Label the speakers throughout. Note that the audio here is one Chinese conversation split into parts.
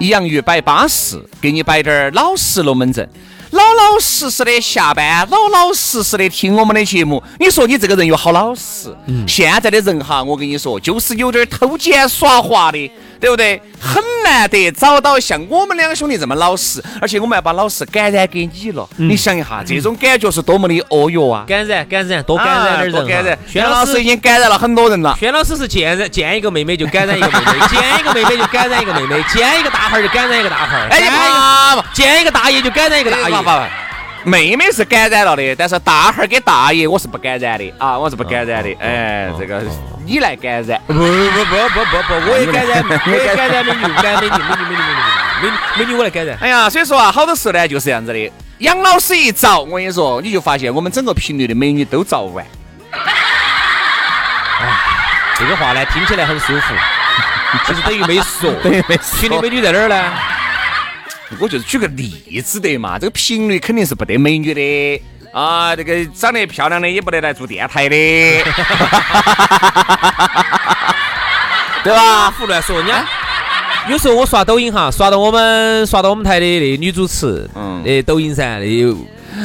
Speaker 1: 洋芋摆巴适，给你摆点儿老实龙门阵，老老实实的下班，老老实实的听我们的节目。你说你这个人有好老实？现在的人哈，我跟你说，就是有点儿偷奸耍滑的，对不对？很难得找到像我们两兄弟这么老实，而且我们还把老实感染给你了。你想一下，这种感觉是多么的哦哟啊！
Speaker 2: 感染感染，多感染点人、
Speaker 1: 啊多感染。
Speaker 2: 轩
Speaker 1: 杨
Speaker 2: 老
Speaker 1: 老师
Speaker 2: 师
Speaker 1: 已，经感染了很多人了。
Speaker 2: 轩老师是见人见一个妹妹就感染一个 妹妹，见一个妹妹就感染一个妹妹，见一个大汉儿就感染一个大汉儿，
Speaker 1: 哎呀
Speaker 2: 见一个
Speaker 1: 妈！
Speaker 2: 见一个大爷就感染一个大
Speaker 1: 哎
Speaker 2: 爷
Speaker 1: 爸。爸妹妹是感染了的，但是大汉儿跟大爷我是不感染的啊，我是不感染
Speaker 2: 哦
Speaker 1: 的。哎，这个你来感染，
Speaker 2: 不不不不不不，我也感染，我也感染美女，感染美女，美女美女美女美女美女，我来感染。
Speaker 1: 哎呀，所以说啊，好多时候呢就是这样子的。杨老师一遭，我跟你说，你就发现我们整个频率的美女都遭完。
Speaker 2: 这个话呢，听起来很舒 服，其实等于没说。群里美女在哪儿呢？
Speaker 1: 我就是举个例子得嘛，这个频率肯定是不得美女的。啊，这个长得漂亮的也不得来做电台 的，对吧？
Speaker 2: 胡乱说，人家有时候我刷抖音哈，刷到我们刷到我们台的那女主持，
Speaker 1: 嗯
Speaker 2: 呃，抖音噻，那有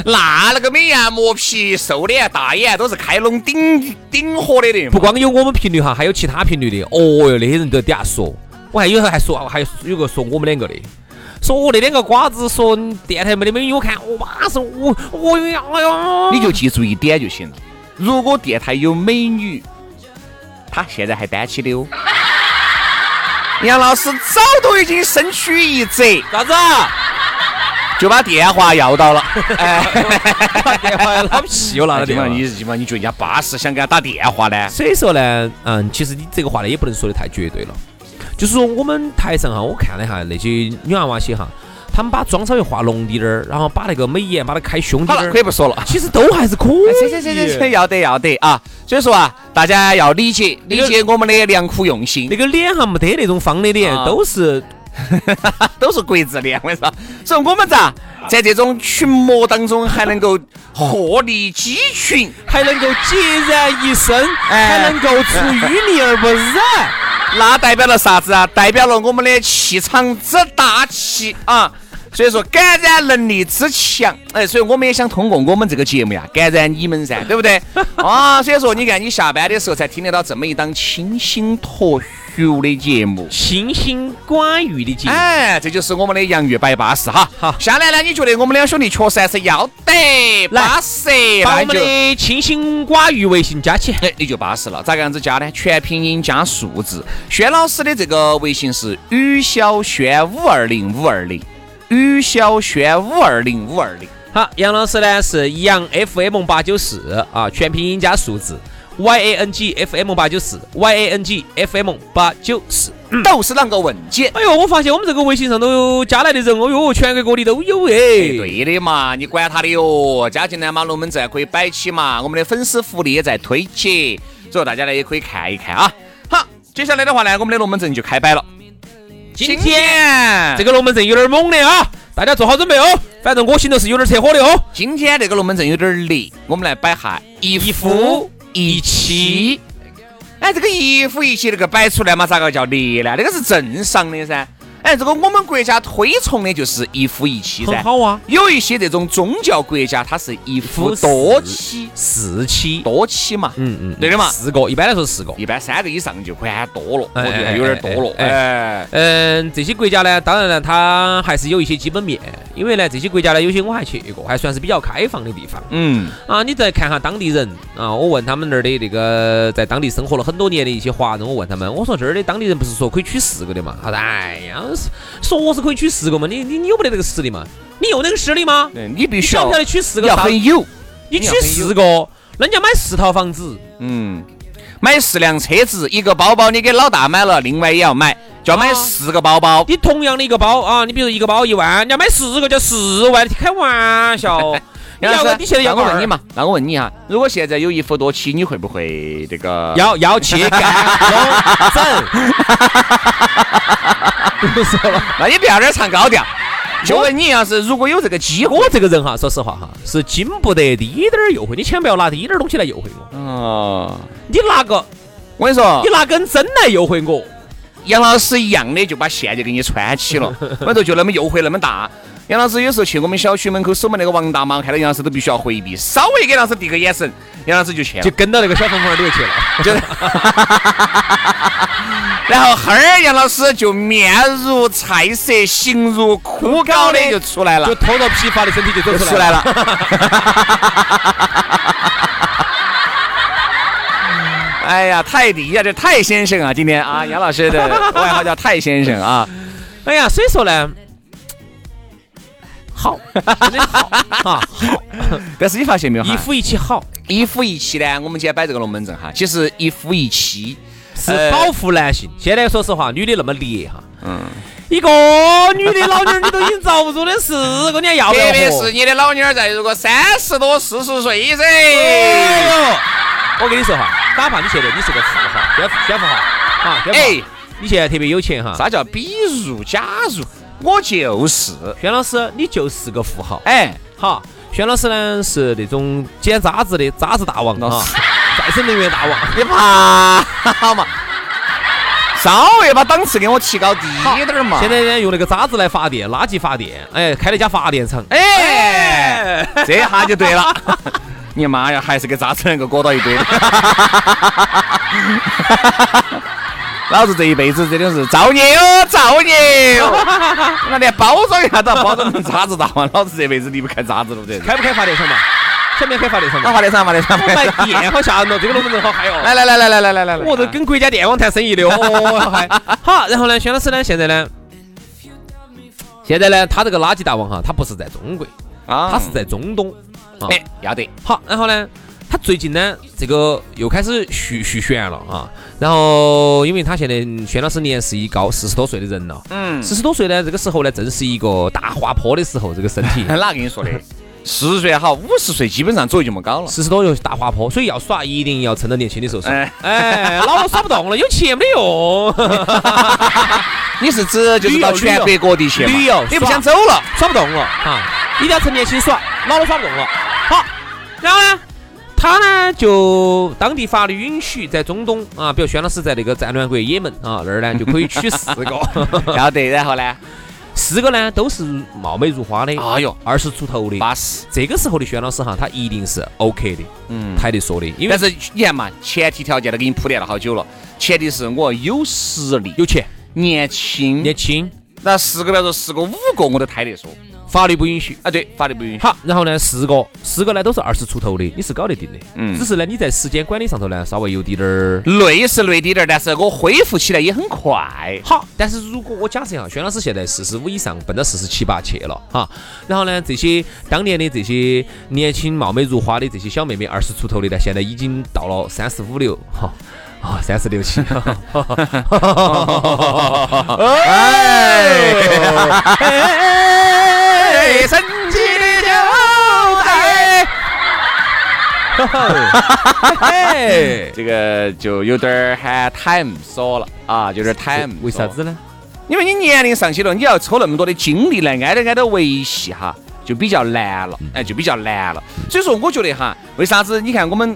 Speaker 1: 那那个美颜磨皮、瘦脸、大眼都是开拢顶顶火的的嘛。
Speaker 2: 不光有我们频率哈，还有其他频率的。哦哟，那些人都在底下说，我还有时候还说，还有有个说我们两个的，说我那两个瓜子说你电台没得美女，我看我马上我我呀哎呀，
Speaker 1: 你就记住一点就行了。如果电台有美女，她现在还单起的哦。杨老师早都已经身躯一折，
Speaker 2: 啥子？啊
Speaker 1: 就把电话要到了。 哎，
Speaker 2: 电话要老屁又拿了
Speaker 1: 基本
Speaker 2: 电话
Speaker 1: 上。你基本上你觉得人家巴适，想给他打电话呢？
Speaker 2: 所以说呢，嗯，其实你这个话呢也不能说的太绝对了，就是说我们台上哈，我看了一下那些女娃娃些哈，她们把妆稍微化浓滴点儿，然后把那个美颜把它开凶滴
Speaker 1: 好
Speaker 2: 点
Speaker 1: 了，
Speaker 2: 儿
Speaker 1: 可以，哎不说哎了。
Speaker 2: 其实都还是可以。
Speaker 1: 这这这这这要得要得啊！所以说啊，大家要理解理解我们的良苦用心
Speaker 2: 那。个脸哈没得那种方的脸，
Speaker 1: 啊
Speaker 2: 都是
Speaker 1: 都是国字脸，我跟你说。所以我们咋在这种群魔当中还能够鹤立鸡群，
Speaker 2: 还能够孑然一身，
Speaker 1: 哎
Speaker 2: 还能够处淤泥而不染。
Speaker 1: 那代表了啥子啊？代表了我们的气场之大气啊！所以说感染能力之强，哎，所以我们也想通过我们这个节目呀，感染你们 噻，对不对？啊，所以说你看，你下班的时候才听得到这么一档清新脱俗的节目。
Speaker 2: 清心寡欲的节目，
Speaker 1: 哎，这就是我们的洋芋摆巴士哈。
Speaker 2: 好
Speaker 1: 下来呢，你觉得我们两兄弟确实还是要得巴适，
Speaker 2: 把
Speaker 1: 那
Speaker 2: 我
Speaker 1: 你
Speaker 2: 们
Speaker 1: 就
Speaker 2: 的清心寡欲微信加起。
Speaker 1: 哎，你就巴适了。咋个样子加呢？全拼音加数字。轩老师的这个微信是于小轩五二零五二零，于小轩五二零五二零。
Speaker 2: 好，杨老师呢是杨 FM 八九四啊，全拼音加数字 Y A N G F M 八九四 Y A N G F M 八九四。
Speaker 1: 都是啷个问姐？
Speaker 2: 哎呦，我发现我们这个微信上都有加来的人，哦哟，全国各地都有哎。对，
Speaker 1: 对的嘛，你管他的哟！加进来嘛，龙门阵可以摆起嘛，我们的粉丝福利也在推起，所以大家呢也可以看一看啊。好，接下来的话呢，我们的龙门阵就开摆了。
Speaker 2: 今天
Speaker 1: 天这
Speaker 2: 这个龙门阵有点猛的啊，大家做好准备哦。反正我心头是有点扯火的哦。
Speaker 1: 今天这个龙门阵有点累，我们来摆下一
Speaker 2: 一
Speaker 1: 夫
Speaker 2: 夫
Speaker 1: 一
Speaker 2: 一
Speaker 1: 妻
Speaker 2: 妻。
Speaker 1: 哎，这个一夫一妻这个摆出来嘛，咋个叫烈呢？这个是正常的噻。哎，这个我们国家推崇的就是一夫一妻噻。
Speaker 2: 很好啊。
Speaker 1: 有一些这种宗教国家，它是一夫
Speaker 2: 夫四
Speaker 1: 多妻，
Speaker 2: 四期，
Speaker 1: 多妻嘛，
Speaker 2: 嗯嗯，
Speaker 1: 对的嘛。
Speaker 2: 四个，一般来说是四个。
Speaker 1: 一般三个以上就管多了，我
Speaker 2: 哎
Speaker 1: 觉得有点多了。
Speaker 2: 哎哎
Speaker 1: 哎，
Speaker 2: 嗯，这些国家呢，当然了，它还是有一些基本面，因为呢，这些国家呢，有些我还去过，还算是比较开放的地方
Speaker 1: 嗯，
Speaker 2: 啊。你再看下当地人啊，我问他们那儿的那个在当地生活了很多年的一些华人，我问他们，我说这儿的当地人不是说可以娶四个的嘛？他说，哎呀，说是可以娶四个嘛，你你你有没得这个实力嘛？你有那个实力吗？
Speaker 1: 对你必
Speaker 2: 你
Speaker 1: 须
Speaker 2: 晓
Speaker 1: 要
Speaker 2: 不晓得娶四个
Speaker 1: 要
Speaker 2: 大
Speaker 1: 很有，
Speaker 2: 你
Speaker 1: 你要
Speaker 2: 娶
Speaker 1: 很有
Speaker 2: 四个，人家买四套房子，
Speaker 1: 嗯，买四辆车子，一个包包你给老大买了，另外也要买，就要买
Speaker 2: 啊
Speaker 1: 四个包包。
Speaker 2: 你同样的一个包啊，你比如一个包一万，人家买四个叫四万，你开玩笑。 你
Speaker 1: 杨
Speaker 2: 要
Speaker 1: 老
Speaker 2: 个
Speaker 1: 师，
Speaker 2: 你现在要
Speaker 1: 那
Speaker 2: 个
Speaker 1: 我问
Speaker 2: 二
Speaker 1: 你嘛，那我问你哈，如果现在有一夫多妻，你会不会这个？
Speaker 2: 要要 去干龙整，不是了。
Speaker 1: 那你不要在这儿唱高调。就问你，要是如果有这个机会，
Speaker 2: 我这个人哈，说实话哈，是经不得滴点儿诱惑。你千万不要拿滴点儿东西来诱惑我，
Speaker 1: 哦，
Speaker 2: 你拿个
Speaker 1: 我跟你说
Speaker 2: 你，拿根针来诱惑我，
Speaker 1: 杨老师一样的就把线就给你穿起 了，我都觉得那么诱惑那么大。杨老师有时候去我们小区门口守门那个王大妈，看到杨老师都必须要回避，稍微给杨老师递个眼神，杨老师就去了
Speaker 2: 就。跟到那个小缝缝儿里头去了。
Speaker 1: 然后哈儿杨老师就面如菜色，形如枯槁的就出来了
Speaker 2: 就，拖着疲乏的身体就走
Speaker 1: 就
Speaker 2: 出
Speaker 1: 出
Speaker 2: 来
Speaker 1: 来
Speaker 2: 了。
Speaker 1: 了。 哎呀，泰迪呀、这泰先生啊，今天 啊，杨老师的外号叫泰先生啊，
Speaker 2: 哎呀，所以说呢，好，真的好啊， 好，
Speaker 1: 但是你发现没有哈
Speaker 2: 一夫一妻好，
Speaker 1: 一夫一妻呢，我们今天摆这个龙门阵哈，其实一夫一妻
Speaker 2: 是保护男性。现在说实话，女的那么烈哈，
Speaker 1: 哎嗯，
Speaker 2: 一个女的老妞儿你都已经遭不住的事， 个你还要
Speaker 1: 特
Speaker 2: 不要
Speaker 1: 别
Speaker 2: 活
Speaker 1: 是你的老妞儿在如果三十多、四十岁噻，
Speaker 2: 哎呦，我跟你说哈，哪怕你现在你是个富豪，先先富豪啊，先富
Speaker 1: 哎
Speaker 2: 豪，，你现在特别有钱哈，
Speaker 1: 啥叫比如假如我就是，
Speaker 2: 轩老师你就是个富豪，
Speaker 1: 哎，
Speaker 2: 好，轩老师呢是那种捡渣子的渣子大王
Speaker 1: 老
Speaker 2: 啊，再生能源大王。
Speaker 1: 你怕嘛？稍微把档次给我提高低点儿嘛。
Speaker 2: 现在呢，用那个渣子来发电，垃圾发电，哎，开了一家发电厂，
Speaker 1: 哎，这下就对 了。你妈呀，还是跟渣子能够裹到一堆。 老子这一辈子真的是造孽哟，造孽 哟！那连包装一下都要包装成渣子大王，老子这辈子离不开渣子了，这是。
Speaker 2: 开不开发电厂嘛？想不想开发电厂
Speaker 1: 那
Speaker 2: 嘛？
Speaker 1: 发电厂，发电厂，哎
Speaker 2: 我卖电好吓人哦，这个龙门阵好嗨哦！
Speaker 1: 来来来来来来来来来，
Speaker 2: 我这跟国家电网谈生意的，哦，好嗨。好，然后呢，轩老师呢，现在呢，现在呢，他这个垃圾大王哈，他不是在中国，
Speaker 1: 啊，
Speaker 2: 他是在中东。啊
Speaker 1: 哎，要得，
Speaker 2: 好，然后呢，他最近呢，这个又开始续续弦了啊。然后，因为他现在轩老师年事已高，四十多岁的人了。
Speaker 1: 嗯，
Speaker 2: 四十多岁呢，这个时候呢，正是一个大滑坡的时候，这个身体
Speaker 1: 哪跟你说的？四十岁好，五十岁基本上左右就没高了。
Speaker 2: 四十多有大滑坡，所以要耍一定要趁着年轻的时候耍。
Speaker 1: 哎
Speaker 2: 哎，老了耍不动了，有钱没得用，
Speaker 1: 你是指就是到全国各地去嘛
Speaker 2: 旅游
Speaker 1: 你不
Speaker 2: 耍
Speaker 1: 想走了？
Speaker 2: 耍不动了啊！一定要趁年轻耍，老了耍不动了。好，然后呢，他呢就当地法律允许在中东啊，比如轩老师在那个战乱国也门啊那儿呢，就可以娶四个，
Speaker 1: 要得， 然后呢？
Speaker 2: 嗯四个呢都是貌美如花的，
Speaker 1: 哎呦，
Speaker 2: 二十出头的。
Speaker 1: 巴适。
Speaker 2: 这个时候的轩老师哈，他一定是 OK 的，
Speaker 1: 嗯，
Speaker 2: 还得说的，因为
Speaker 1: 但是你看嘛，前提条件都给你铺垫了好久了，前提是我有实力、
Speaker 2: 有钱、
Speaker 1: 年轻
Speaker 2: 年。轻，
Speaker 1: 那十个，比如说十个、五个，我都抬得说。
Speaker 2: 法律不允许。
Speaker 1: 啊，对，法律不允许。
Speaker 2: 好，然后呢，四个，四个呢都是二十出头的，你是搞得定的。
Speaker 1: 嗯
Speaker 2: 只是呢，你在时间管理上头呢，稍微有滴点儿。
Speaker 1: 累是累滴点儿，但是我恢复起来也很快。
Speaker 2: 好，但是如果我假设哈，轩老师现在四十五以上，奔到四十七八去了哈，然后呢，这些当年的这些年轻貌美如花的这些小妹妹，二十出头的呢，现在已经到了三十五六哈。啊，三十六七，
Speaker 1: 哎，神奇的就在。
Speaker 2: 哎，
Speaker 1: 这个就有点儿喊 time 说了啊，有点儿 time
Speaker 2: 为
Speaker 1: 说
Speaker 2: 啥
Speaker 1: 了？
Speaker 2: 子呢？
Speaker 1: 因为你年龄上去了，你要抽那么多的精力来挨着挨着维系哈，就比较难
Speaker 2: 嗯
Speaker 1: 了，哎，就比较难了。所以说，我觉得哈，为啥子？你看我们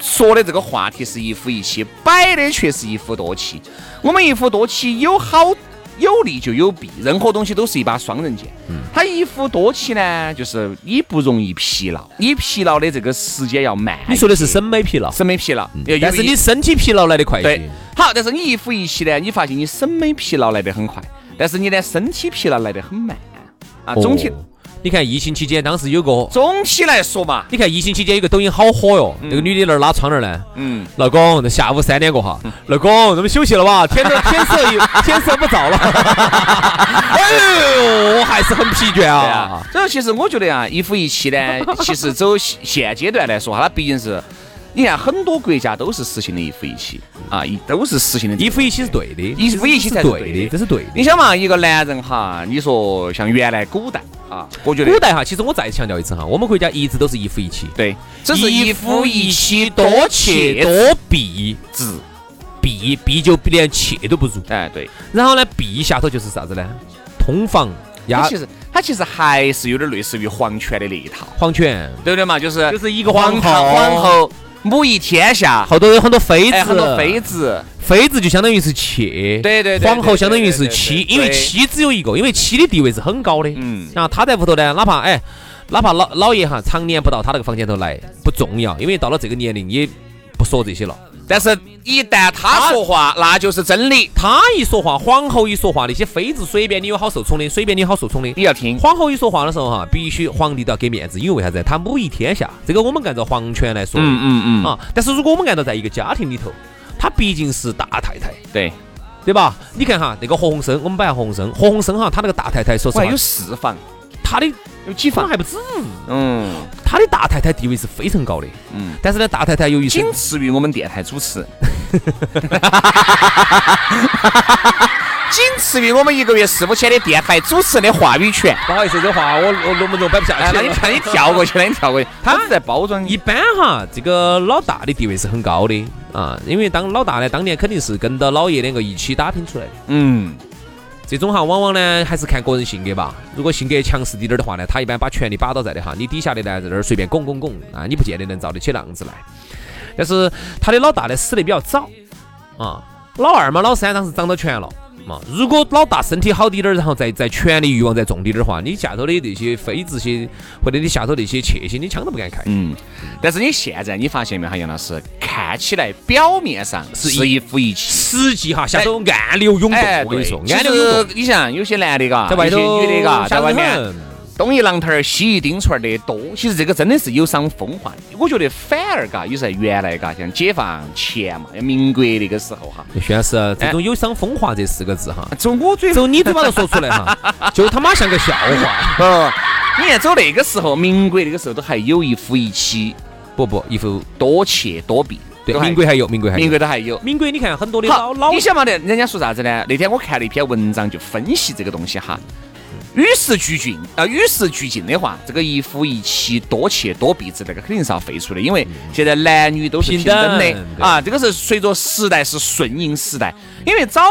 Speaker 1: 说的这个话题是一夫一妻，摆的却是一夫多妻。我们一夫多妻有好有利就有弊，任何东西都是一把双刃剑。
Speaker 2: 嗯
Speaker 1: 它一夫多妻呢，就是你不容易疲劳，你疲劳的这个时间要慢一些。
Speaker 2: 你说的是审美疲劳，
Speaker 1: 审美疲劳，要有
Speaker 2: 但是
Speaker 1: 一
Speaker 2: 你身体疲劳来的快一
Speaker 1: 对
Speaker 2: 些。
Speaker 1: 好，但是你一夫一妻呢，你发现你审美疲劳来得很快，但是你的身体疲劳来得很慢啊。总体、
Speaker 2: 哦你看疫情期间，当时有个，
Speaker 1: 总体来说嘛，
Speaker 2: 你看疫情期间有个抖音好火哟，那个女的那儿拉窗帘呢。
Speaker 1: 嗯，
Speaker 2: 老公，那下午三点过哈。老公，咱们休息了吧？天热 天色有天色不早了。哎呦，我还是很疲倦
Speaker 1: 对
Speaker 2: 啊
Speaker 1: 啊。。所以其实我觉得啊，一夫一妻呢，其实走现阶段来说，它毕竟是，你看很多国家都是实行的一夫一妻啊，一都是实行的这个
Speaker 2: 一夫一妻是对的，
Speaker 1: 一夫一妻才
Speaker 2: 是
Speaker 1: 是
Speaker 2: 对的，
Speaker 1: 对的
Speaker 2: 这是对的。
Speaker 1: 你想嘛，一个男人哈，你说像原来古代啊，我觉得
Speaker 2: 古代哈，其实我再强调一次哈，我们国家一直都是一夫一妻，
Speaker 1: 对，这是一夫一妻多
Speaker 2: 多
Speaker 1: 妾
Speaker 2: 妾
Speaker 1: 多
Speaker 2: 多婢，
Speaker 1: 子，
Speaker 2: 婢婢就连妾都不如。
Speaker 1: 哎，对，
Speaker 2: 然后呢，婢下头就是啥子呢？通房
Speaker 1: 它
Speaker 2: 压
Speaker 1: 其实它其实还是有点类似于皇权的那一套，
Speaker 2: 皇权，
Speaker 1: 对不对嘛？就是
Speaker 2: 就是一个
Speaker 1: 皇
Speaker 2: 皇
Speaker 1: 太
Speaker 2: 后
Speaker 1: 皇后母仪天 下，
Speaker 2: 后头有很多妃子，
Speaker 1: 哎，很多妃子，
Speaker 2: 妃子就相当于是妾，
Speaker 1: 对对对
Speaker 2: 皇后相当于
Speaker 1: 对
Speaker 2: 是
Speaker 1: 对对，
Speaker 2: 妻
Speaker 1: 对
Speaker 2: 因为
Speaker 1: 对
Speaker 2: 妻只有一个，因为妻的地位是很高的。
Speaker 1: 嗯
Speaker 2: 然后她在屋头呢，哪怕哎，哪怕老老爷哈常年不到她那个房间头来不重要，因为到了这个年龄也不说这些了。
Speaker 1: 但是一旦他说话，那就是真理，
Speaker 2: 她一说话，皇后一说话，那些妃子随便你有好受宠的，随便你有好受宠的
Speaker 1: 你。要听。
Speaker 2: 皇后一说话的时候哈，必须皇帝都要给面子，因为为啥子？她母仪天下，这个我们按照皇权来说的，
Speaker 1: 嗯
Speaker 2: 啊。但是如果我们按照在一个家庭里头，她毕竟是大太太。
Speaker 1: 对，
Speaker 2: 对吧？你看哈，那个何鸿燊，我们摆下何鸿燊，何鸿燊哈，他那个大太太，说实
Speaker 1: 我
Speaker 2: 话
Speaker 1: 还，有四房，
Speaker 2: 他的
Speaker 1: 有几
Speaker 2: 可能
Speaker 1: 房？
Speaker 2: 还不止，
Speaker 1: 嗯
Speaker 2: 他的大太太地位是非常高的。
Speaker 1: 嗯，
Speaker 2: 但是呢，大太太由于
Speaker 1: 仅次于我们电台主持 人，仅次于我们一个月四五千的电台主持人的话语权。
Speaker 2: 不好意思，这话我我龙门阵摆不下
Speaker 1: 哎，
Speaker 2: 去
Speaker 1: 那
Speaker 2: 了。
Speaker 1: 你看你跳过去了，你跳过去，
Speaker 2: 他
Speaker 1: 他是在包装
Speaker 2: 一
Speaker 1: 你。
Speaker 2: 般哈，这个老大的地位是很高的啊，因为当老大呢，当年肯定是跟着老爷两个一起打拼出来的。
Speaker 1: 嗯，
Speaker 2: 这种哈，往往呢还是看个人性格吧。如果性格强势滴点儿的话呢，他一般把权力把到在的哈，你底下的呢在那儿随便拱拱拱啊，你不见得能造得起浪子来。但是他的老大呢死得比较早啊，老二嘛老三当时掌到权了。嘛，如果老大身体好滴点儿，然后再再权力欲望再重滴点儿的话，你下头的这些妃子些，或者你下头那些妾些，你枪都不敢开。
Speaker 1: 嗯，但是你现在你发现没有哈，杨老师，看起来表面上
Speaker 2: 是
Speaker 1: 是一夫一妻。
Speaker 2: 实际哈，下头暗流涌动，
Speaker 1: 哎，
Speaker 2: 我跟你说，
Speaker 1: 其
Speaker 2: 暗流涌
Speaker 1: 实
Speaker 2: 动，
Speaker 1: 你像有些男的嘎，
Speaker 2: 在外头
Speaker 1: 有些女的嘎，在
Speaker 2: 吓得
Speaker 1: 外面
Speaker 2: 很
Speaker 1: 东一榔头儿西一钉锤儿的多，其实这个真的是有伤风化。我觉得反而嘎，有时候原来嘎，像解放前嘛，民国那个时候哈，
Speaker 2: 徐老师，哎这
Speaker 1: 哎
Speaker 2: 种有伤风化这四个字哈，
Speaker 1: 从我嘴
Speaker 2: 走你嘴巴头说出来 哈，就他妈像个笑话。
Speaker 1: 嗯，你看走那个时候，民国那个时候都还有一夫一妻，
Speaker 2: 不不，一副
Speaker 1: 多妾多婢，
Speaker 2: 对
Speaker 1: 都，还
Speaker 2: 民国还有，民国还
Speaker 1: 民
Speaker 2: 有，
Speaker 1: 国都还有。
Speaker 2: 民国你看很多的
Speaker 1: 好
Speaker 2: 老，老
Speaker 1: 你，想嘛的，人家说啥子呢？那天我看了一篇文章，就分析这个东西哈。
Speaker 2: 嗯
Speaker 1: 与时俱进，呃，与时俱进的话，这个一夫一妻、多妾多婢制，这个肯定是要废除的，因为现在男女都是平
Speaker 2: 嗯平
Speaker 1: 等
Speaker 2: 等
Speaker 1: 的
Speaker 2: 对
Speaker 1: 啊。这个是随着时代是顺应时代，因为早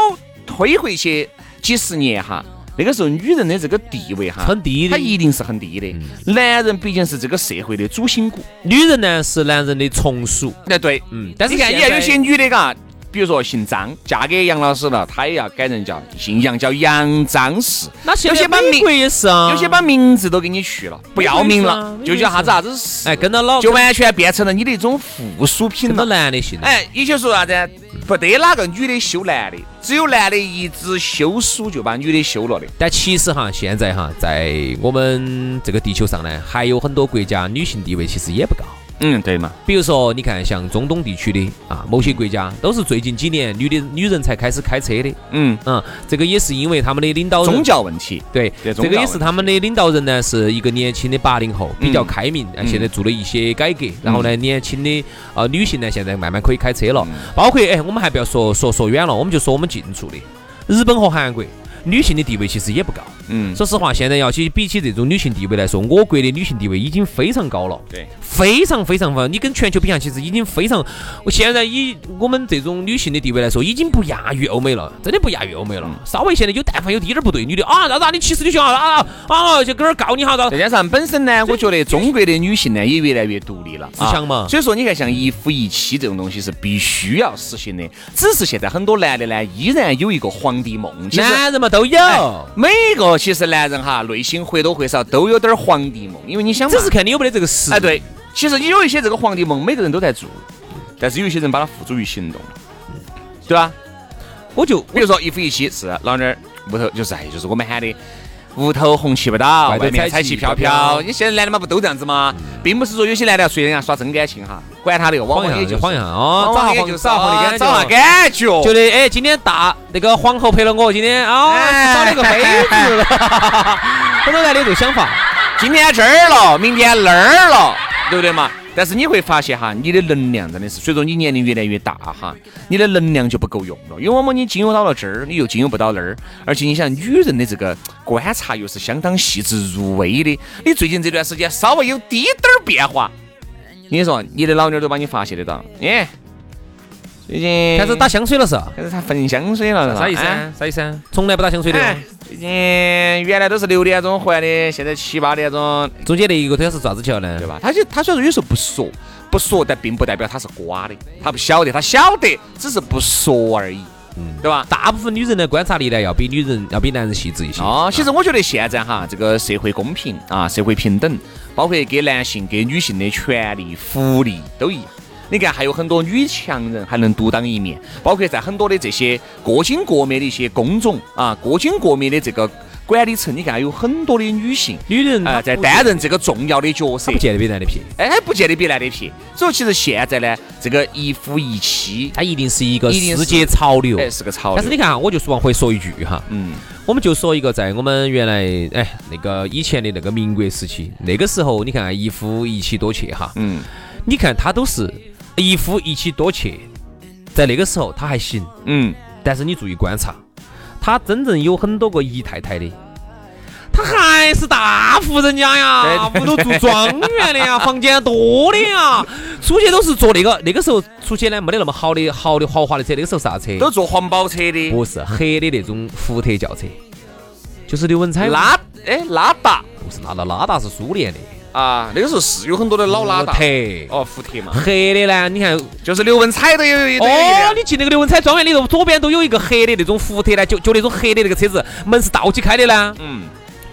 Speaker 1: 推回去几十年哈，那个时候女人的这个地位哈，
Speaker 2: 很低的嗯
Speaker 1: 她一定是很低的。男人毕竟是这个社会的主心骨，
Speaker 2: 女人呢是男人的从属，
Speaker 1: 那对，
Speaker 2: 嗯，但是
Speaker 1: 你看，你
Speaker 2: 现
Speaker 1: 看
Speaker 2: 在
Speaker 1: 有些女的嘎，比如说姓张，嫁给杨老师了，她也要改人叫姓杨，叫杨张氏。
Speaker 2: 那现
Speaker 1: 有些
Speaker 2: 在
Speaker 1: 把
Speaker 2: 美
Speaker 1: 名
Speaker 2: 国，也是啊，
Speaker 1: 有些把名字都给你去了，不要名了，
Speaker 2: 没意思啊
Speaker 1: 就叫啥子啥子氏，
Speaker 2: 哎跟到老
Speaker 1: 就完全变成了你的一种附属品
Speaker 2: 跟到
Speaker 1: 了。
Speaker 2: 男的姓，哎，
Speaker 1: 哎，也就是说啥子？不得哪个女的修男的，只有男的一枝修书就把女的修了的。
Speaker 2: 但其实哈，现在哈，在我们这个地球上呢，还有很多国家女性地位其实也不高。
Speaker 1: 嗯，对嘛。
Speaker 2: 比如说，你看像中东地区的啊，某些国家都是最近几年女的女人才开始开车的，
Speaker 1: 嗯，
Speaker 2: 嗯，这个也是因为他们的领导人
Speaker 1: 宗教问题。
Speaker 2: 对，
Speaker 1: 对
Speaker 2: 这
Speaker 1: 宗
Speaker 2: 个
Speaker 1: 教
Speaker 2: 也是他们的领导人呢，是一个年轻的八零后，比较开明，啊，现在做了一些改革。然后呢，年轻的呃女性呢，现在慢慢可以开车了。包括哎，我们还不要说说说远了，我们就说我们近处的日本和韩国，女性的地位其实也不高。
Speaker 1: 嗯，
Speaker 2: 说实话，现在要去比起这种女性地位来说，我国的女性地位已经非常高了。
Speaker 1: 对，
Speaker 2: 非常非常高，你跟全球比下，其实已经非常。我现在以我们这种女性的地位来说，已经不亚于欧美了，真的不亚于欧美
Speaker 1: 嗯
Speaker 2: 了。稍微现在有但凡有滴点儿不对，女的啊，啥子啊，你歧视女性啊啊啊啊，就搁那儿告你哈，啥
Speaker 1: 再加上本身呢，我觉得中国的女性呢也越来越独立了，
Speaker 2: 自强嘛
Speaker 1: 啊所以说，你看像一夫一妻这种东西是必须要实行的，只是现在很多男的呢依然有一个皇帝梦。其实哎
Speaker 2: 男人嘛，都有，
Speaker 1: 每个其实男人哈，内心或多或少都有点儿皇帝梦，因为你想嘛，
Speaker 2: 只是看你有没得这个实力。
Speaker 1: 哎，对，其实有一些这个皇帝梦，每个人都在做，但是有一些人把它付诸于行动了，对吧？
Speaker 2: 我就
Speaker 1: 比如说一夫一妻是老娘儿屋头就是哎，就是我们喊的。屋头红旗不倒，
Speaker 2: 外头
Speaker 1: 外面
Speaker 2: 彩
Speaker 1: 彩
Speaker 2: 旗
Speaker 1: 旗飘
Speaker 2: 飘
Speaker 1: 飘。嗯
Speaker 2: 飘
Speaker 1: 你现在男的嘛不都这样子吗？并不是说有些男的要随人家耍真感情哈，管他那个，往
Speaker 2: 晃一
Speaker 1: 往也
Speaker 2: 下
Speaker 1: 就
Speaker 2: 就是晃一下啊，
Speaker 1: 往
Speaker 2: 找
Speaker 1: 往
Speaker 2: 下
Speaker 1: 也
Speaker 2: 黄
Speaker 1: 就是
Speaker 2: 找下
Speaker 1: 啊
Speaker 2: 的
Speaker 1: 找下
Speaker 2: 感觉。
Speaker 1: 感觉，
Speaker 2: 觉得哎，今天大那个皇后陪了我，今天啊
Speaker 1: 哎
Speaker 2: 找了个妃子了，很多男的有这种想法。
Speaker 1: 今天这儿了，明天那儿了，对不对嘛？但是你会发现哈，你的能量真的是随着你年龄越来越大哈，你的能量就不够用了，因为我们你经由到了这儿，你又经由不到那儿，而且你想女人的这个观察又是相当细致入微的，你最近这段时间稍微有滴点儿变化，你说你的老妞儿都把你发现得到，耶，最近
Speaker 2: 开始打香水了是吧？
Speaker 1: 开始她焚香水了，是吧
Speaker 2: 啥意思？
Speaker 1: 哎
Speaker 2: 啊？啥意思？啊？从来不打香水的
Speaker 1: 哎
Speaker 2: 哦，
Speaker 1: 最近原来都是六点钟回来的，现在七八点钟
Speaker 2: 中间那一个都是做啥子桥呢
Speaker 1: 对？吧？他就他虽然说有时候不说，不说，但并不代表他是瓜的，他不晓得，他晓得，只是不说而已，对吧？
Speaker 2: 大部分女人的观察力呢，要比女人要比男人细致一些。
Speaker 1: 哦，其实我觉得现在哈，这个社会公平啊，社会平等，包括给男性给女性的权利、福利都一样。你看，还有很多女强人还能独当一面，包括在很多的这些各经各面的一些工种啊，各经各面的这个管理层，你看有很多的女性
Speaker 2: 女人
Speaker 1: 啊、
Speaker 2: 嗯她
Speaker 1: 在
Speaker 2: 不
Speaker 1: 担任这个重要的角色
Speaker 2: 她不。见得比男的撇，
Speaker 1: 哎，不见得比男的撇。所以其实现在呢，这个一夫一妻，
Speaker 2: 她一定是一个
Speaker 1: 一定是
Speaker 2: 世界潮流。
Speaker 1: 哎，是个潮流。
Speaker 2: 但是你看啊，我就是往回说一句哈，
Speaker 1: 嗯，
Speaker 2: 我们就说一个在我们原来哎那个以前的那个民国时期，那个时候你看啊一夫一妻多妾哈，
Speaker 1: 嗯
Speaker 2: 你看他都是一夫一妻多妾，在那个时候他还行，
Speaker 1: 嗯，
Speaker 2: 但是你注意观察，他真正有很多个姨太太的。他还是大户人家呀，屋头住庄园的 呀，房间多的呀，出去都是坐那个那个时候出去呢，没得那么好的好的豪华的车，那个时候啥车？
Speaker 1: 都坐黄包车的，
Speaker 2: 不是黑的那种福特轿车，就是刘文彩
Speaker 1: 拉哎拉达
Speaker 2: 不是拉达，拉达是苏联的
Speaker 1: 啊，那个时候是有很多的老拉达
Speaker 2: 福，特。
Speaker 1: 哦，福特嘛，
Speaker 2: 黑的呢，你看，
Speaker 1: 就是刘文彩都有都有一
Speaker 2: 哦，
Speaker 1: 辆，
Speaker 2: 你进那个刘文彩庄园里头，左边都有一个黑的那种福特呢，就就那种黑的那个车子，门是倒起开的呢，
Speaker 1: 嗯，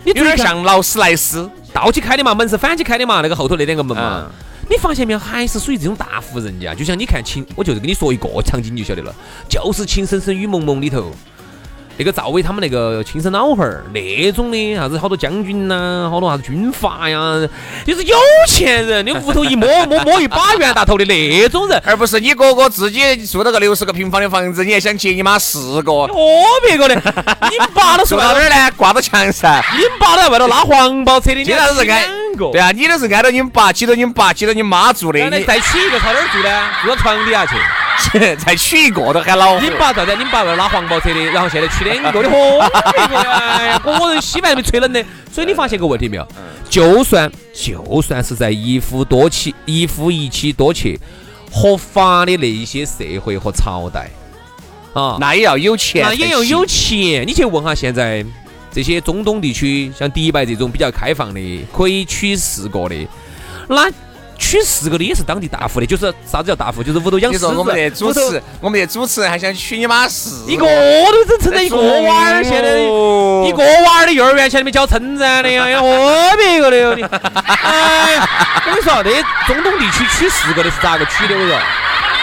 Speaker 2: 你
Speaker 1: 有
Speaker 2: 注意
Speaker 1: 点
Speaker 2: 看
Speaker 1: 像劳斯莱斯，
Speaker 2: 倒起开的嘛，门是反起开的嘛，那个后头那两个门嘛。
Speaker 1: 嗯
Speaker 2: 啊你发现没有，还是属于这种大户人家。就像你看情，我就是跟你说一个场景你就晓得了，就是《情深深雨蒙蒙》里头，那个赵薇他们那个亲生老汉儿那种的，啥子好多将军呐、好多啥子军阀呀，就是有钱人，你屋头一摸摸摸一把袁大头的那种人。
Speaker 1: 而不是你哥哥自己住了个六十个平方的房子，你还想结你妈四个，
Speaker 2: 哦，别个的，你爸都是
Speaker 1: 住
Speaker 2: 外
Speaker 1: 到
Speaker 2: 头
Speaker 1: 哪，儿呢？挂到墙上。
Speaker 2: 你爸都在外头拉黄包车的，
Speaker 1: 经常都是挨
Speaker 2: 两个，
Speaker 1: 对啊，你都是挨到你们爸，挤到你们爸，挤到你妈住的，
Speaker 2: 然后呢
Speaker 1: 你
Speaker 2: 再娶一个朝哪儿住呢？住到床底下去。
Speaker 1: 再娶一个都喊老
Speaker 2: 你
Speaker 1: 虎。
Speaker 2: 爸咋的？你爸拉黄包车的，然后现在去两个的， 嚯，哎呀，个人稀饭被吹冷的。所以你发现个问题没有？
Speaker 1: 嗯
Speaker 2: 就算就算是在一夫多妻、一夫一妻多妾合法的那一些社会和朝代啊，
Speaker 1: 那也要有钱才
Speaker 2: 那
Speaker 1: 行，
Speaker 2: 也要有钱。你去问下现在这些中东地区，像迪拜这种比较开放的，可以娶四个的，那。娶四个的也是当地大户的，就是啥子叫大户，就是屋头养
Speaker 1: 你
Speaker 2: 狮子，
Speaker 1: 说我们的主
Speaker 2: 屋头
Speaker 1: 持，我们的主持人还想娶你妈四
Speaker 2: 一个都只撑得一个娃儿，现
Speaker 1: 哎
Speaker 2: 在一
Speaker 1: 一
Speaker 2: 个娃儿的幼儿园钱都没交成噻的呀，哎呀，特别个的哟你。哎呀，我跟你说，那中东地区娶四个的是咋个娶的？我跟你说，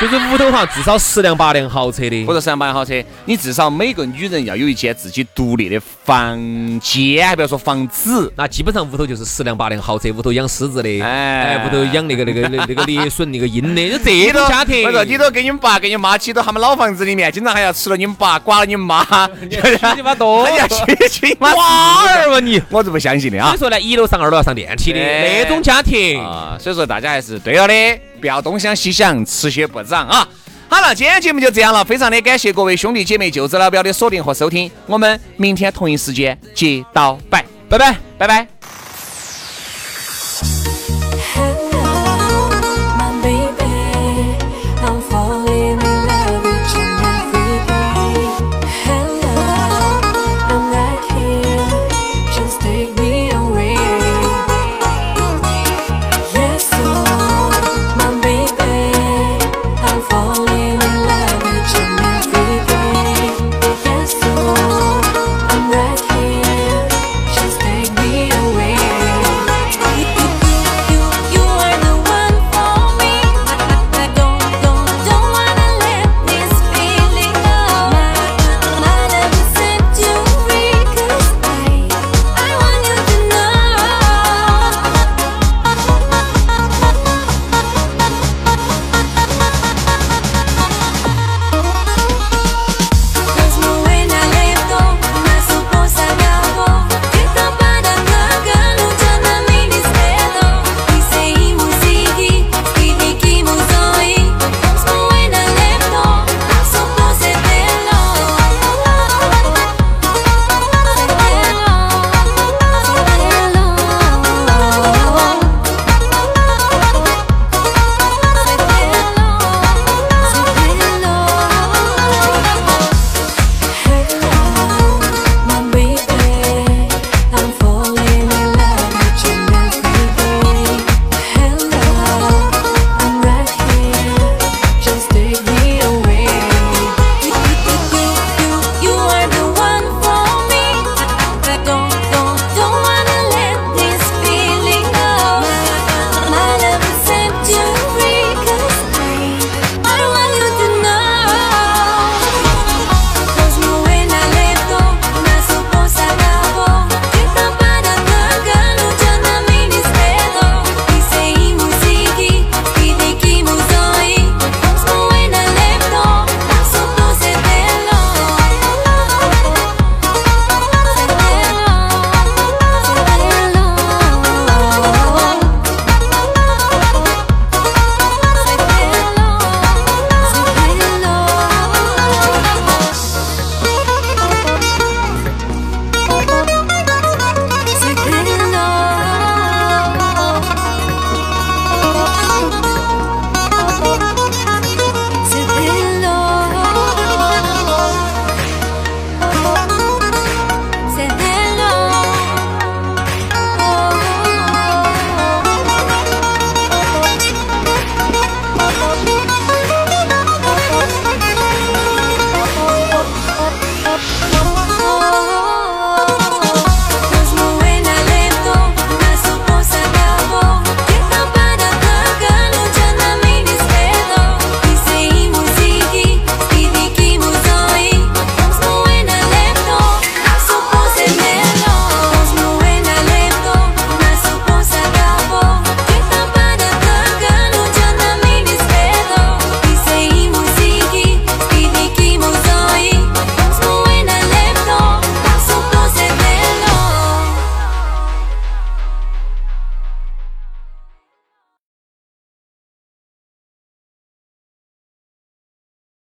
Speaker 2: 就是屋头哈至少十辆八辆豪车的
Speaker 1: 不。是三八好车，你至少每个女人要有一间自己独立的房间，还不要说房子。
Speaker 2: 那基本上屋头就是十辆八辆豪车，屋头养狮子的，
Speaker 1: 哎
Speaker 2: 哎，屋头养那个那个那个那个猎隼、那个鹰的，就这
Speaker 1: 你都
Speaker 2: 种家庭。
Speaker 1: 我说你都给你们爸给你妈挤到他们老房子里面，经常还要吃了你们爸，管 了你们妈，
Speaker 2: 你妈多
Speaker 1: 哎呀，娶娶你妈
Speaker 2: 娃
Speaker 1: 四
Speaker 2: 儿
Speaker 1: 个
Speaker 2: 嘛你。
Speaker 1: 我是不相信的
Speaker 2: 所
Speaker 1: 啊
Speaker 2: 以。说呢，一楼上二楼要上电梯的
Speaker 1: 哎
Speaker 2: 那种家庭，
Speaker 1: 啊，所以说大家还是对了的，不要东想西想，吃些不长啊。好了，今天节目就这样了，非常的感谢各位兄弟姐妹、舅子老表的锁定和收听，我们明天同一时间接到拜，拜拜，拜拜。